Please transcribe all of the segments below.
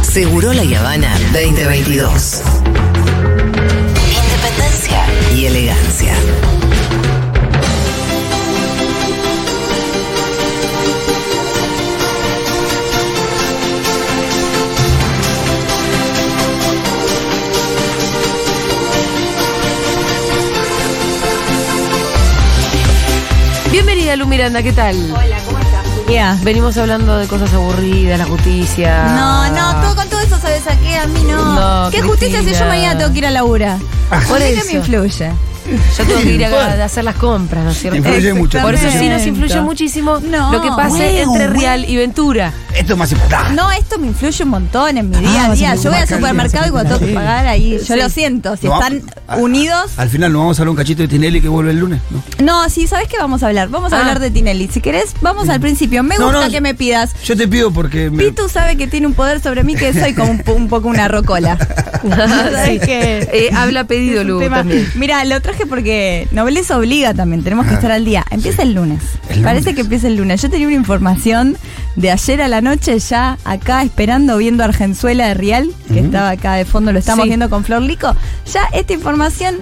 Seguro La Habana 2022. Independencia y elegancia. Bienvenida, Lu Miranda, ¿qué tal? Hola, ¿cómo estás? Ya. Venimos hablando de cosas aburridas, la justicia. No, no, todo con todo eso sabes a qué, a mí no. No, ¿Qué justicia si Cristina. yo mañana tengo que ir a laburar? Ah. Por Por eso eso. me influye. Yo tengo que ir a, a hacer las compras, ¿no es cierto? Influye mucho. Por eso sí Exactamente. nos influye muchísimo No, lo que pase bueno, entre bueno. Real y Ventura. Esto es más importante. No, esto me influye un montón Ah, en mi día a vas día. al Yo voy al supermercado supermercado, y cuando tengo que pagar ahí, yo lo siento. Si No, ah, están a- unidos. Al final nos vamos a hablar un cachito de Tinelli que vuelve el lunes. ¿no? No, sí, ¿sabes qué vamos a hablar? Vamos a Ah. hablar de Tinelli. Si querés, vamos al principio. Me No, gusta no, que me pidas. Yo te pido porque. me- Pitu sabe que tiene un poder sobre mí que soy como un, po- un poco una rocola. Sí. ¿Sabes qué? Eh, habla pedido, Lu. también. Mira, lo traje porque Nobles obliga también, tenemos que estar al día. Empieza el lunes. Ah, El lunes. Parece que empieza el lunes. Yo tenía una información de ayer a la noche ya acá esperando, viendo Argenzuela de Rial, que Ujú. estaba acá de fondo, lo estamos Sí. viendo con Flor Lico. Ya esta información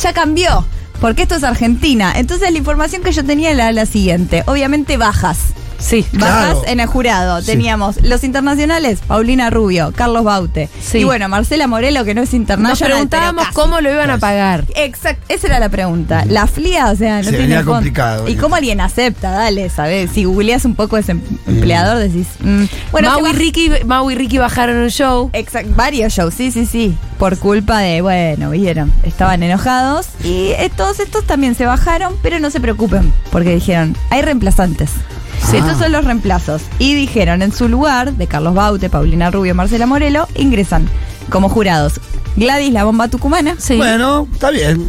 ya cambió, porque esto es Argentina. Entonces la información que yo tenía era la siguiente. Obviamente bajas. Sí. Bajas Claro. en el jurado. Sí. Teníamos los internacionales, Paulina Rubio, Carlos Baute. Sí. Y bueno, Marcela Morelo, que no es internacional. Nos pero preguntábamos casi. cómo lo iban a pagar. Exacto, esa era la pregunta. La flia, o sea, no Se tiene venía fondo. complicado, ¿Y venía. cómo alguien acepta? Dale, ¿sabes? Si googleas un poco ese em- empleador, decís. mm. Bueno, Mau, se y baj- Ricky, Mau y Ricky bajaron un show. Exact- varios shows, sí, sí, sí. Por culpa de, bueno, vieron, estaban enojados. Y eh, todos estos también se bajaron, pero no se preocupen, porque dijeron, hay reemplazantes. Sí. Estos Ah. son los reemplazos. Y dijeron, en su lugar, de Carlos Baute, Paulina Rubio, Marcela Morelo, ingresan como jurados Gladys, la bomba tucumana, Sí. Bueno, está bien.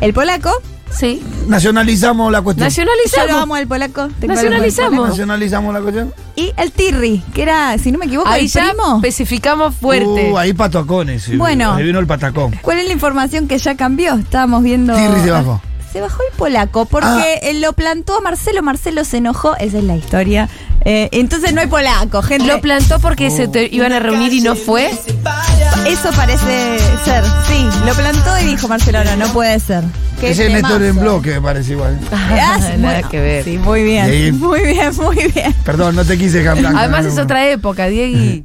el polaco, Sí. Nacionalizamos la cuestión. Yo lo Nacionalizamos. amo al polaco. Tengo Nacionalizamos. algo con el polaco. Nacionalizamos la cuestión. Y el Tirri, que era, si no me equivoco, Ahí el ya primo. especificamos fuerte. Uh, ahí patacones. Bueno. Ahí vino el patacón. ¿Cuál es la información que ya cambió? Estábamos viendo. Tirri se bajó. Se bajó el polaco porque Ah. eh, lo plantó a Marcelo. Marcelo se enojó. Esa es la historia. Eh, entonces no hay polaco, gente. Lo plantó porque se uh, te- iban a reunir y no fue. Eso parece ser. Sí, lo plantó y dijo Marcelo, no, no puede ser. Qué Ese es temazo. Néstor en bloque, me parece igual. Ah, sí, Nada bueno. que ver. Sí, muy bien. Sí. Muy bien, muy bien. Perdón, no te quise cambiar. Además No, es no. otra época, Diego. Eh, eh,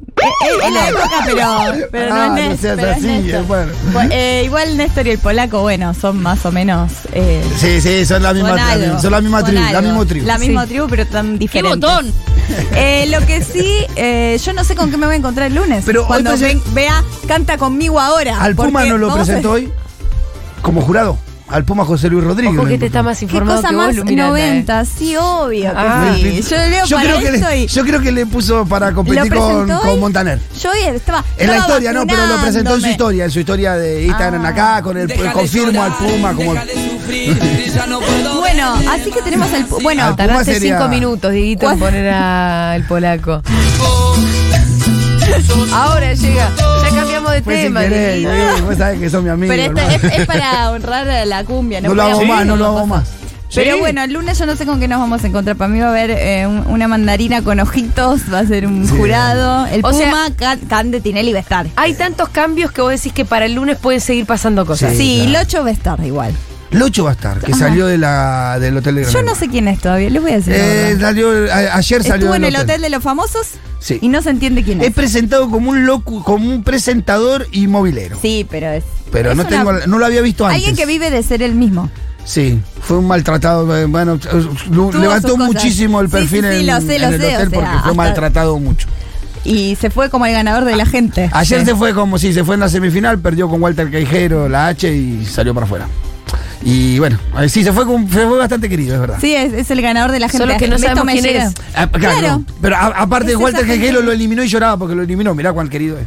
en la época, pero, pero Ah, no no es Néstor. seas pero es así, Néstor. bueno. Bu- eh, igual Néstor y el polaco, bueno, son más o menos. eh, Sí, sí, son la misma, son la- algo, son la misma son tribu, algo. la misma tribu. La misma Sí. tribu, pero tan diferente. botón! lo que sí, eh, yo no sé con qué me voy a encontrar el lunes. Pero hoy cuando presen- ven- vea, canta conmigo ahora. Al Puma porque no lo vamos a- presentó hoy como jurado. Al Puma José Luis Rodríguez. Ojo lo que te está importante. más Qué informado cosa que vos, más Lu Miranda, 90, sí, obvio. que Ah. sí. Yo lo leo para creo que esto le, y. yo creo que le puso para competir ¿Lo con, presentó con hoy? Montaner. Yo hoy estaba. En la estaba historia, no, pero lo presentó en su vacunándome. historia, en su historia de Instagram Ah. acá, con el Deja de confirmo al llorar, Puma, como deja de sufrir, que ya no puedo Bueno, verte así que tenemos al. pu- No, Bueno, Al Puma tardaste sería- cinco minutos, Dieguito, en ¿Cuál? poner al polaco. más. Ahora llega. Ya cambiamos de fue sin tema, querer, Dieguito. eh, vos sabés que son mi amigo. Pero esto hermano. es, es para honrar a la cumbia, ¿no? no lo hago podemos- más, no lo hago más. Pero Sí. bueno, el lunes yo no sé con qué nos vamos a encontrar. Para mí va a haber eh, un- una mandarina con ojitos, va a ser un jurado. El O sea- Puma, Can, Can de Tinelli va a estar. Hay tantos cambios que vos decís que para el lunes pueden seguir pasando cosas. Sí, Sí, claro. Locho va a estar igual. Locho va a estar, que salió de la, del hotel de Yo Gran no Hermano. sé quién es todavía, les voy a decir. la Eh, verdad. salió, a- ayer salió Estuvo del en el hotel de los famosos Sí. Eh, y no se entiende quién Es es. presentado como un locu, como un presentador inmobiliario. Sí, pero es. Pero es no una- tengo, la- no lo había visto antes. Alguien que vive de ser el mismo. Sí, fue un maltratado. eh, Bueno, eh, lo- sus levantó cosas. muchísimo el Sí, sí, perfil sí, en, lo sé, en lo sé, o el hotel sea, porque fue hasta- maltratado mucho. Y se fue como el ganador de la gente. Ah, Ayer Sí. se fue como si se fue en la semifinal, perdió con Walter Queijero, la H y salió para afuera. Y bueno, eh, sí, se fue, con- se fue bastante querido, es verdad. Sí, es, es el ganador de la gente. Solo que no Esto sabemos me quién llega. es. Ah, Claro. Pero a- aparte Es esa Walter gente. Queijero lo eliminó y lloraba porque lo eliminó, mirá cuán querido es.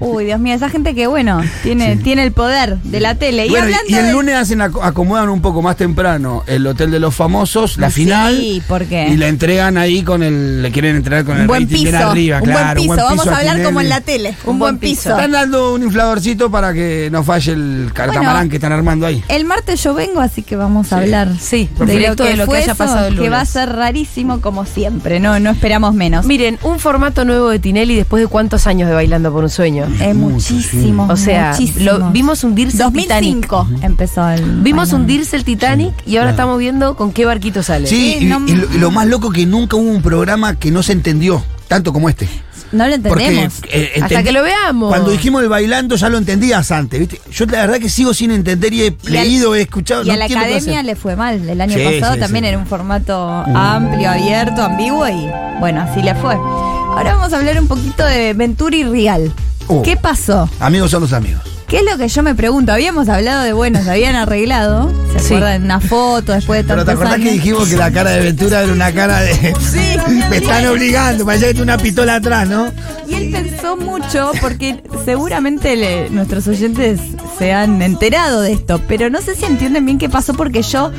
Uy, Dios mío, esa gente que, bueno, tiene, tiene el poder de la tele. Y Bueno, y- hablando y el de- lunes hacen ac- acomodan un poco más temprano el Hotel de los Famosos, la Sí, final. ¿por qué? Y la entregan ahí con el. Le quieren entregar con Un el buen rating piso, bien arriba, un buen claro. piso, vamos a hablar como en la tele. tele, un, buen piso. Están dando un infladorcito para que no falle el catamarán Bueno. que están armando ahí. El martes yo vengo, así que vamos a hablar Sí, de lo directo que, de lo que fue haya eso, pasado el que lunes. va a ser rarísimo como siempre, no, no esperamos menos. Miren, un formato nuevo de Tinelli después de cuántos años de Bailando por un Sueño. Es Eh, muchísimo. O sea, muchísimo. lo- vimos hundirse el Titanic. 2005 empezó el. Vimos Ay, no. hundirse el Titanic y ahora estamos viendo con qué barquito sale. Sí, Sí, y, no- y lo, y lo más loco que nunca hubo un programa que no se entendió tanto como este. No lo entendemos. eh, Hasta entendí- que lo veamos. Cuando dijimos el bailando ya lo entendías antes, ¿viste? Yo la verdad que sigo sin entender y he Y leído, al- he escuchado. Y no a la entiendo qué academia hacer. le fue mal. El año Sí, pasado sí, también sí. Uh. era un formato amplio, abierto, ambiguo y bueno, así le fue. Ahora vamos a hablar un poquito de Venturi y Rial. Oh. ¿Qué pasó? Amigos son los amigos. ¿Qué es lo que yo me pregunto? Habíamos hablado de, bueno, se habían arreglado. ¿Se Sí. acuerdan? Una foto después de Pero te tantos acordás que años. dijimos que la cara de Ventura era una cara de. Sí. Me están obligando, parece que tiene una pistola atrás, ¿no? Y él pensó mucho porque seguramente le- nuestros oyentes se han enterado de esto, pero no sé si entienden bien qué pasó porque yo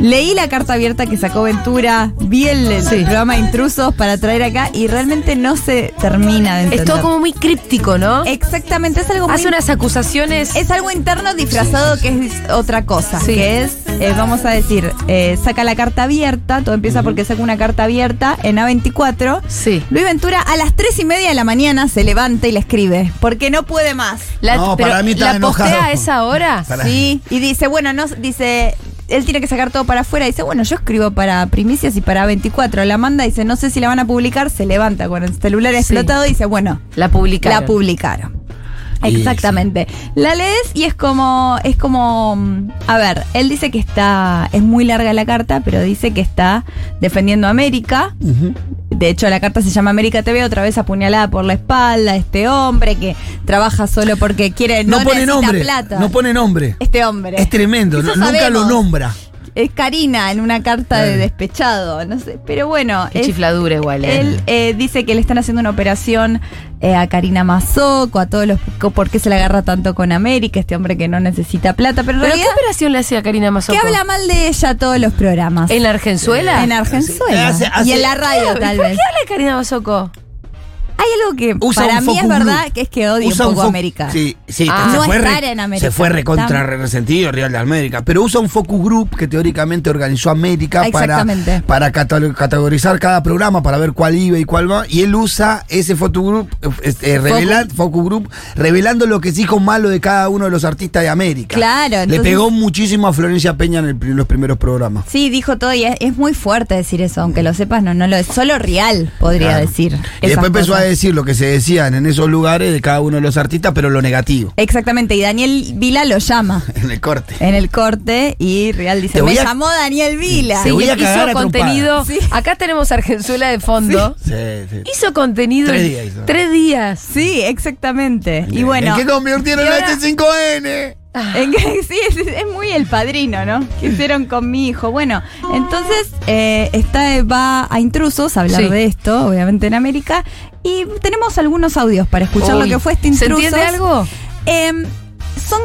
leí la carta abierta que sacó Ventura, vi el, el programa Intrusos para traer acá y realmente no se termina de entender. Es todo como muy críptico, ¿no? Exactamente, es algo muy- Hace unas acusaciones. es algo interno disfrazado que es otra cosa. Sí. Que es, eh, vamos a decir, eh, saca la carta abierta, todo empieza porque saca una carta abierta en A24. Sí. Luis Ventura a las tres y media de la mañana se levanta y le escribe, porque no puede más. La, No, pero para mí está la enojado. postea a esa hora. Para- Sí, y dice, bueno, no, dice, él tiene que sacar todo para afuera. Dice, bueno, yo escribo para primicias y para 24. La manda, dice, no sé si la van a publicar. Se levanta con el celular Sí. explotado y dice, bueno, La publicaron. la publicaron. Y sí. Exactamente. La lees y es como, es como, mm, a ver, él dice que está, es muy larga la carta, pero dice que está defendiendo a América. De hecho, la carta se llama América TV, otra vez apuñalada por la espalda, este hombre que trabaja solo porque quiere, no, No, pone necesita nombre. plata. No pone nombre. este hombre. Es tremendo, Eso no- nunca sabemos. lo nombra. Es Karina en una carta de despechado, no sé, pero bueno. Qué es- chifladura igual. ¿eh? él eh, dice que le están haciendo una operación eh, a Karina Mazoco, a todos los. co- ¿Por qué se la agarra tanto con América? Este hombre que no necesita plata. Pero en ¿Pero qué realidad, operación le hacía Karina que Mazoco? habla mal de ella todos los programas? ¿En la Argenzuela? En Argenzuela. Hace- hace- y en la radio, ¿Por tal qué vez. habla de Karina Mazoco? Hay algo que Usa para un mí es focus verdad, group. que es que odia Usa un poco fo- América. Sí, sí, Ah. se No fue estar re- en América. Se fue recontra Tam- re- resentido Real de América. Pero usa un focus group que teóricamente organizó América para, Exactamente. para cata- categorizar cada programa, para ver cuál iba y cuál va. Y él usa ese focus group, eh, este, revela- focus group revelando lo que se dijo malo de cada uno de los artistas de América. Claro, Le entonces- pegó muchísimo a Florencia Peña en el pri- los primeros programas. Sí, dijo todo y es, es muy fuerte decir eso, aunque lo sepas, no, no lo es. Solo Real podría Claro. decir. Y esas después empezó cosas. a decir lo que se decían en esos lugares de cada uno de los artistas, pero lo negativo, Exactamente, y Daniel Vila lo llama en el corte. en el corte y Real dice, Te voy me a- llamó Daniel Vila. Te voy Hizo a cagar a contenido. trompadas. Sí. Acá tenemos Argenzuela de fondo. Sí, sí. Hizo contenido Tres en días hizo. tres días. Sí, exactamente. Y bueno, ¿En qué convirtieron y la ahora- H5N? en que- sí, es, es muy el padrino, ¿no? Que hicieron con mi hijo. Bueno, entonces eh, está, va a intrusos a hablar Sí. de esto, obviamente en América. Y tenemos algunos audios para escuchar lo Uy. que fue este ¿Se intrusos. entiende algo? Em, son.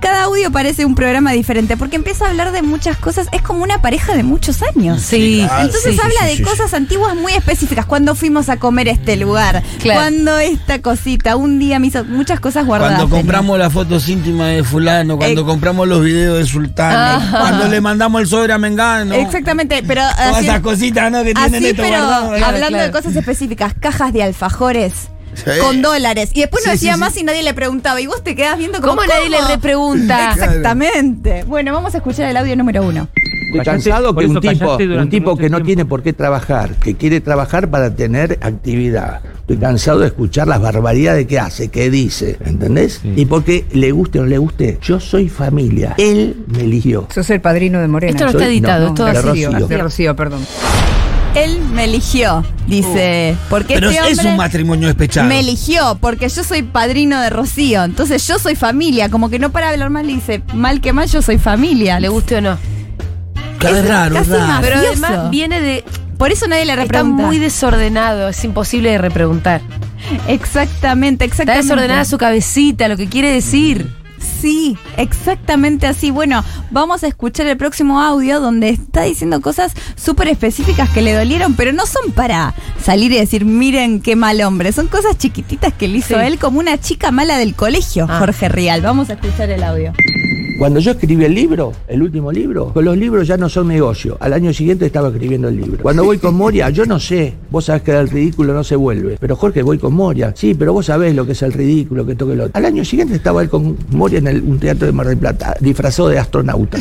Cada audio parece un programa diferente porque empieza a hablar de muchas cosas. Es como una pareja de muchos años. Sí. claro. Entonces sí, habla sí, de sí, cosas antiguas muy específicas. Cuando fuimos a comer a este lugar. Claro. Cuando esta cosita. Un día me hizo muchas cosas guardadas. Cuando compramos las fotos íntimas de fulano, cuando Eh. compramos los videos de Sultano, Ajá. cuando le mandamos el sobre a Mengano. Exactamente, pero Todas así, esas cositas, ¿no? Que tienen este así, esto pero guardado. claro, hablando de claro. cosas específicas. Cajas de alfajores. Sí. Con dólares. Y después no Sí, decía sí, más y nadie le preguntaba. Y vos te quedás viendo como. ¿Cómo, nadie le repregunta? Claro. Exactamente. Bueno, vamos a escuchar el audio número uno. Estoy Callaste, cansado por que un eso tipo, callaste durante un tipo mucho que no tiempo. tiene por qué trabajar, que quiere trabajar para tener actividad. Estoy cansado de escuchar las barbaridades que hace, que dice, ¿entendés? Y porque le guste o no le guste, yo soy familia. Él me eligió. Sos el padrino de Morena. Esto no está Soy- editado, no, es todo de así. Rocío. De Rocío, perdón. Él me eligió, dice. Porque Uh. Pero este hombre es un matrimonio despechado. Me eligió porque yo soy padrino de Rocío. Entonces yo soy familia. Como que no para de hablar mal y dice, mal que mal, yo soy familia. Le Le gusta. guste o no. Claro, es raro, es este, casi raro. más. Pero Mafioso. además viene de. Por eso nadie le Está repregunta. muy desordenado, es imposible de repreguntar. Exactamente, Está exactamente. desordenada su cabecita, lo que quiere decir. Sí, exactamente así. Bueno, vamos a escuchar el próximo audio donde está diciendo cosas súper específicas que le dolieron, pero no son para salir y decir, miren qué mal hombre. Son cosas chiquititas que le hizo Sí. él como una chica mala del colegio, Ah. Jorge Rial. Vamos a escuchar el audio. Cuando yo escribí el libro, el último libro, pues los libros ya no son negocio. Al año siguiente estaba escribiendo el libro. Cuando voy con Moria, yo no sé. Vos sabés que el ridículo no se vuelve. Pero Jorge, voy con Moria. Sí, pero vos sabés lo que es el ridículo, que toque el otro. Al año siguiente estaba él con Moria en el- un teatro de Mar del Plata, disfrazado de astronauta.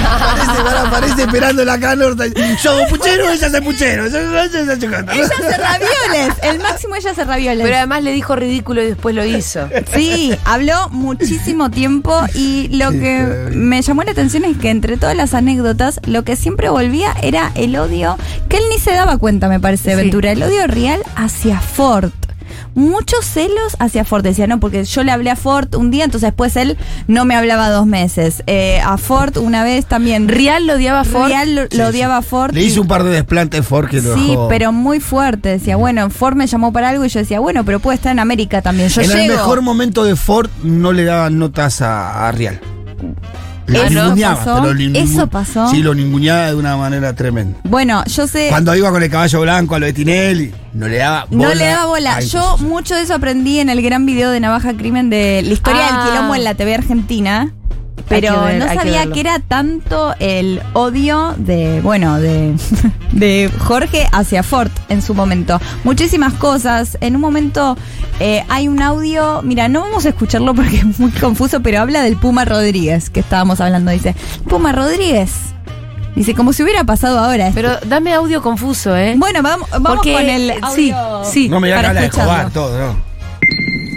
Aparece, bueno, este aparece esperando la canorta. Yo hago puchero, ella hace puchero. Yo, yo, yo, yo, yo, yo. Ella hace ravioles. El máximo ella hace ravioles. Pero además le dijo ridículo y después lo hizo. Sí, habló muchísimo tiempo y lo que me llamó la atención es que entre todas las anécdotas, lo que siempre volvía era el odio, que él ni se daba cuenta, me parece, Sí. Ventura, el odio real hacia Ford. Muchos celos hacia Ford, decía, no, porque yo le hablé a Ford un día, entonces después él no me hablaba dos meses. Eh, a Ford una vez también. Real lo odiaba a Ford. Rial lo, lo odiaba a Ford. Le y- hizo un par de desplantes Ford que lo Sí, dejó. pero muy fuerte. Decía, bueno, Ford me llamó para algo y yo decía, bueno, pero puede estar en América también. Yo en llego. el mejor momento de Ford no le daban notas a, a Real. Lo Eso ninguneaba, pasó, pero lo ningun- eso pasó. Sí, lo ninguneaba de una manera tremenda. Bueno, yo sé. Cuando iba con el caballo blanco a lo de Tinelli, no le daba bola. no le daba bola. Ay, Yo pues, mucho de eso aprendí en el gran video de Navaja Crimen de la historia Ah. del quilombo en la TV argentina. Pero Hay que ver, no hay que sabía que, verlo. era tanto el odio de, bueno, de, de Jorge hacia Ford en su momento. Muchísimas cosas. En un momento eh, hay un audio, mira, no vamos a escucharlo porque es muy confuso, pero habla del Puma Rodríguez que estábamos hablando. Dice, Puma Rodríguez. Dice, como si hubiera pasado ahora. Pero dame audio confuso, ¿eh? Bueno, vamos, vamos Porque- con el sí, audio. sí. No me digas que para habla de escucharlo. Escobar, todo, ¿no?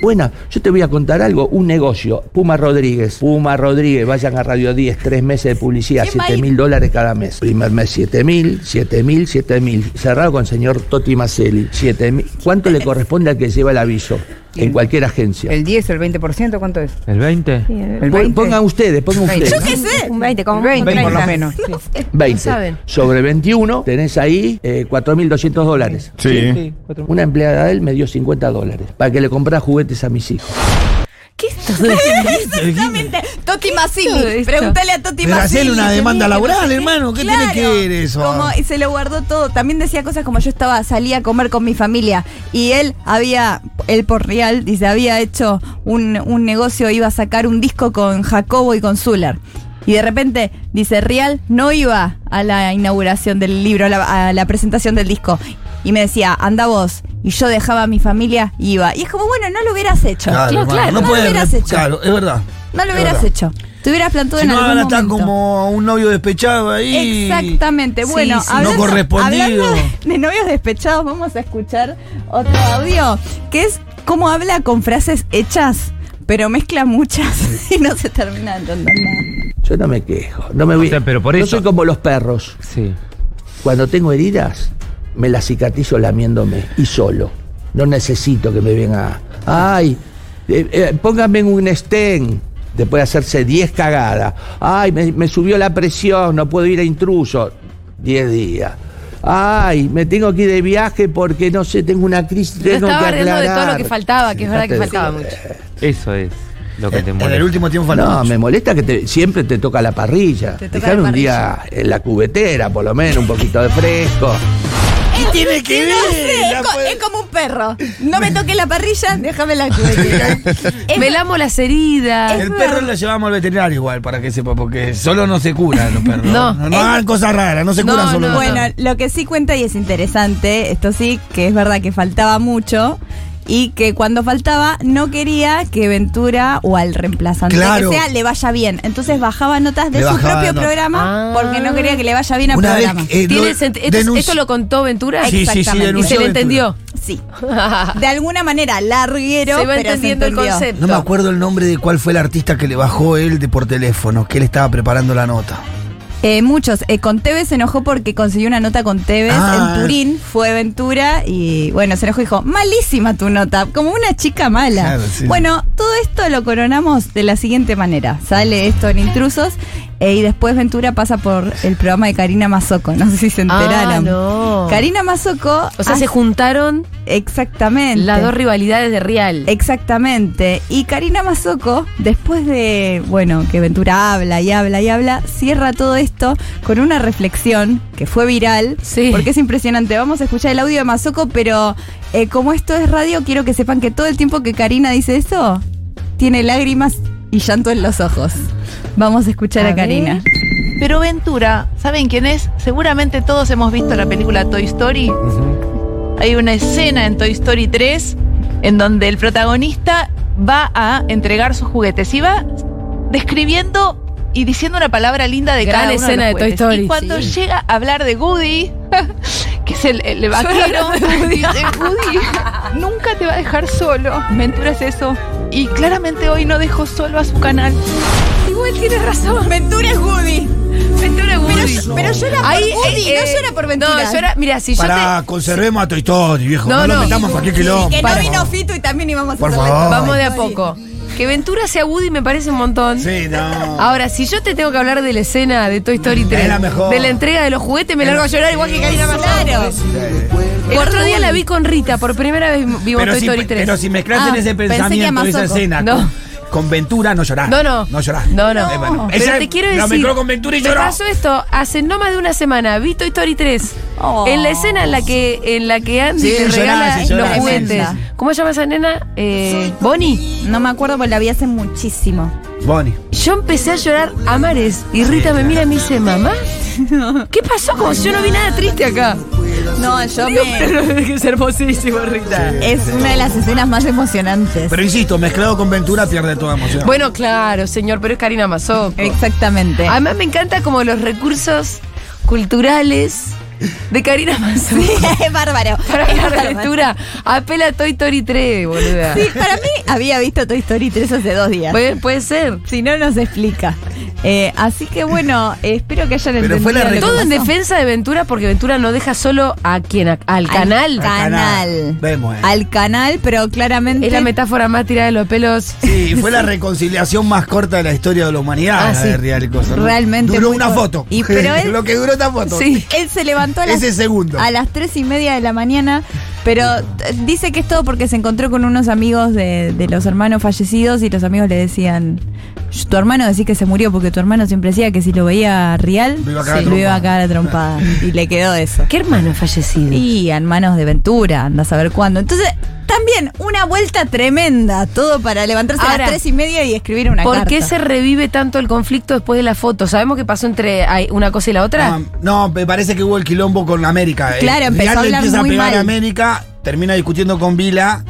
Buena, yo te voy a contar algo, un negocio. Puma Rodríguez, Puma Rodríguez, vayan a Radio 10, tres meses de publicidad, ¿Quién va a 7 mil dólares cada mes. Primer mes 7 mil, 7 mil, 7 mil. Cerrado con señor Toti Maselli, 7 mil. ¿Cuánto le corresponde al que lleva el aviso? En cualquier agencia. ¿El 10, el 20%? ¿Cuánto es? ¿El 20? ¿El Pon- 20? Pongan ustedes, pongan Veinte. ustedes. qué sé? Un 20, como Un un 20, 20 por lo 30. menos. sí. Eh, no 20 saben. sobre 21 tenés ahí eh, 4.200 dólares. Sí. Una empleada de él me dio 50 dólares para que le comprara juguetes a mis hijos. ¿Qué es todo esto? Exactamente. Toti todo Masili. esto? Pregúntale a Toti Pero Masili. hacele una que demanda mira, laboral, no sé qué. hermano, ¿qué Claro. tiene que ver eso? Como, y se lo guardó todo. También decía cosas como yo estaba, salía a comer con mi familia. Y él había, él por real, dice, había hecho un, un negocio, iba a sacar un disco con Jacobo y con Zuller. Y de repente, dice, Real no iba a la inauguración del libro, a la, a la presentación del disco. Y me decía, anda vos. Y yo dejaba a mi familia y iba. Y es como, bueno, no lo hubieras hecho. hermano, no no lo puede. hubieras hecho. Claro, es verdad. No lo Es hubieras verdad. hecho. Te hubieras planteado Si en no, algún ahora momento. está como un novio despechado ahí. Exactamente. Sí, bueno, sí. hablando- No correspondido. hablando de novios despechados, vamos a escuchar otro audio que es cómo habla con frases hechas, pero mezcla muchas y no se termina de entender nada. Yo no me quejo, no me voy. O sea, pero por Yo eso- soy como los perros. Sí. Cuando tengo heridas, me las cicatrizo lamiéndome y solo. No necesito que me venga. Ay, eh, eh, pónganme en un estén. Después de hacerse 10 cagadas. Ay, me, me subió la presión, no puedo ir a intruso. 10 días. Ay, me tengo que ir de viaje porque no sé, tengo una crisis. Lo tengo estaba que riendo de todo aclarar. lo que faltaba, que es verdad que Dejate de faltaba joder. mucho. Eso es lo que Eh, En- te en el muere. último tiempo falta No, mucho. me molesta que te- siempre te toca la parrilla. Te toca Dejame la un día en la cubetera, por lo menos, un poquito de fresco. ¿Qué tiene que ver? No sé, La es, co- puede- es como un perro. No me toques la parrilla, déjame la cubetita. Me lamo las heridas. El perro lo llevamos al veterinario igual, para que sepa, porque solo no se curan los perros. No. no, hagan cosas raras, no se No, curan solo. no, los no. Bueno, perros. lo que sí cuenta y es interesante, esto sí, que es verdad que faltaba mucho. Y que cuando faltaba no quería que Ventura o al reemplazante Claro. que sea le vaya bien. Entonces bajaba notas de Le su bajaba propio notas. programa Ah. porque no quería que le vaya bien al Una vez programa. que- eh, Tiene lo- sent- esto, denunci- esto lo contó Ventura Sí, sí, sí, Exactamente. y se denunció le Ventura. entendió. Sí. De alguna manera, larguero. se va pero entendiendo el entendió. concepto. No me acuerdo el nombre de cuál fue el artista que le bajó él de por teléfono, que él estaba preparando la nota. Eh, muchos. Eh, con Tevez se enojó porque consiguió una nota con Tevez Ah. en Turín. Fue Ventura y bueno, se enojó y dijo, malísima tu nota, como una chica mala. Claro, sí. Bueno, todo esto lo coronamos de la siguiente manera. Sale esto en Intrusos. Eh, y después Ventura pasa por el programa de Karina Mazoco. No sé si se enteraron. Ah, no. Karina Mazoco. O sea, se juntaron Exactamente. las dos rivalidades de Real. Exactamente. Y Karina Mazoco, después de, bueno, que Ventura habla y habla y habla, cierra todo esto con una reflexión que fue viral, Sí. porque es impresionante. Vamos a escuchar el audio de Mazoco, pero eh, como esto es radio, quiero que sepan que todo el tiempo que Karina dice eso, tiene lágrimas y llanto en los ojos. Vamos a escuchar a, A ver. Karina. Pero Ventura, ¿saben quién es? Seguramente todos hemos visto la película Toy Story. Hay una escena en Toy Story 3 en donde el protagonista va a entregar sus juguetes y va describiendo y diciendo una palabra linda de Gran cada uno de escena de los Toy juguetes. Story, Y cuando sí. llega a hablar de Woody, que es el, el vaquero, dice, Woody nunca te va a dejar solo. Ventura es eso. Y claramente hoy no dejó solo a su canal. Igual tienes razón. Ventura es Woody. Ventura Woody. Pero llora por Ahí, Woody, eh, no eh, llora por Ventura. No, llora. Mira, si yo Pará, conservemos a Toy Story, viejo. No, No, no. lo metamos en cualquier quilombo. Que no Por vino favor. Fito y también íbamos Por a hacer favor. te. Ventura. Vamos de a poco. Que Ventura sea Woody me parece un montón. Sí, no. Ahora, si yo te tengo que hablar de la escena de Toy Story 3, la mejor. de la entrega de los juguetes, me largo a llorar igual que Karina Mazzaro. Claro. El otro día la vi con Rita, por primera vez vimos Pero Toy si, Story 3. pero si mezclas en Ah, pensé ese que a pensamiento, esa Mazoco. escena, No. con, con Ventura, no llorás. No, no. ah, No llorás. No, no. Eh, bueno, Pero ella te quiero la decir. mezcló con Ventura y me lloró. pasó esto hace no más de una semana. Vi Toy Story 3. Oh. En la escena en la que, en la que Andy Sí, le llorá, regala sí, llorá, los sí, juguetes. sí, ¿Cómo se llama esa nena? Eh, Bonnie. No me acuerdo porque la vi hace muchísimo. Bonnie. Yo empecé a llorar a mares y Rita me mira y me dice, mamá, ¿qué pasó? Como si yo no vi nada triste acá. No, yo Digo, me. pero es hermosísimo, Rita. Es una de las escenas más emocionantes. Pero insisto, mezclado con Ventura pierde toda emoción. Bueno, claro, señor, pero es Karina Mazó. Exactamente. Además me encanta como los recursos culturales de Karina Mazó. es bárbaro. Para Es la bárbaro. lectura, apela a Toy Story 3, boluda. Sí, para mí había visto Toy Story 3 hace dos días. Puede, puede ser. si no, nos explica. Eh, así que bueno, eh, espero que hayan Pero entendido. fue la lo que Todo en pasó. defensa de Ventura, porque Ventura no deja solo a quien, a- al canal. Al canal. canal. Vemos, eh. Al canal, pero claramente. Es la metáfora más tirada de los pelos. Sí, fue la reconciliación más corta de la historia de la humanidad. Ah, la sí. de Real Cosa, ¿no? Realmente Duró muy una cor- foto. Y, pero él- Lo que duró esta foto. Sí. Él se levantó a las, Ese segundo. a las tres y media de la mañana, pero t- dice que es todo porque se encontró con unos amigos de, de los hermanos fallecidos y los amigos le decían, "Sh, tu hermano decís que se murió porque tu hermano siempre decía que si lo veía real, Lo iba a cagar sí, a lo iba a trompada". cagar a trompada. y le quedó eso. ¿Qué hermano fallecido? Y en manos de Ventura, anda a saber cuándo. Entonces, también una vuelta tremenda, todo para levantarse a Ahora, las tres y media y escribir una ¿Por carta. qué se revive tanto el conflicto después de la foto? ¿Sabemos qué pasó entre ay, una cosa y la otra? Ah, no, me parece que hubo el quilombo con América. eh. Claro, empezó Real a hablar empieza muy a pegar mal. a América, termina discutiendo con Vila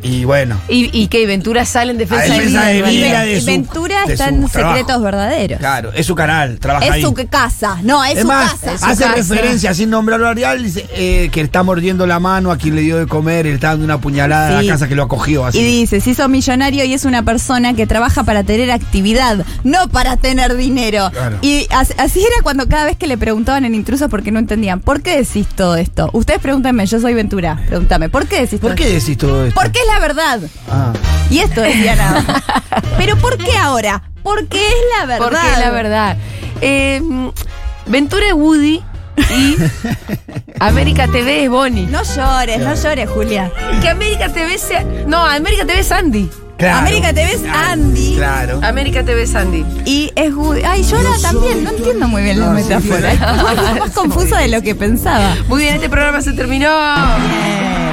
y bueno. ¿Y, y qué? ¿Ventura sale en defensa, A defensa de de Vila? Vila. Y de su- Ventura de está su en trabajo. secretos verdaderos. Claro, es su canal, trabaja Es ahí. su casa, no, es, Es su más, casa. es su hace casa. referencia sin nombrar a Arial, dice eh, que está mordiendo la mano a quien le dio de comer, él está dando una puñalada a Sí. la casa que lo acogió así. Y dice, si sos millonario y es una persona que trabaja para tener actividad, no para tener dinero. Claro. Y as- así era cuando cada vez que le preguntaban en intrusos porque no entendían, ¿por qué decís todo esto? Ustedes pregúntenme, yo soy Ventura, pregúntame, ¿por qué decís ¿Por todo qué esto? decís todo esto? Porque es la verdad. Ah. Y esto decía nada. Pero ¿por qué ahora? Porque es la verdad. Porque es la verdad. Eh, Ventura es Woody y América TV es Bonnie. No llores, no llores, Julia. Que América TV sea. No, América TV es Andy. Claro. América TV es Andy. Claro. América TV es Andy. Y es Woody. Ay, yo ahora también no entiendo muy bien la metáfora. Es más confusa de lo que pensaba. Muy bien, este programa se terminó. Eh.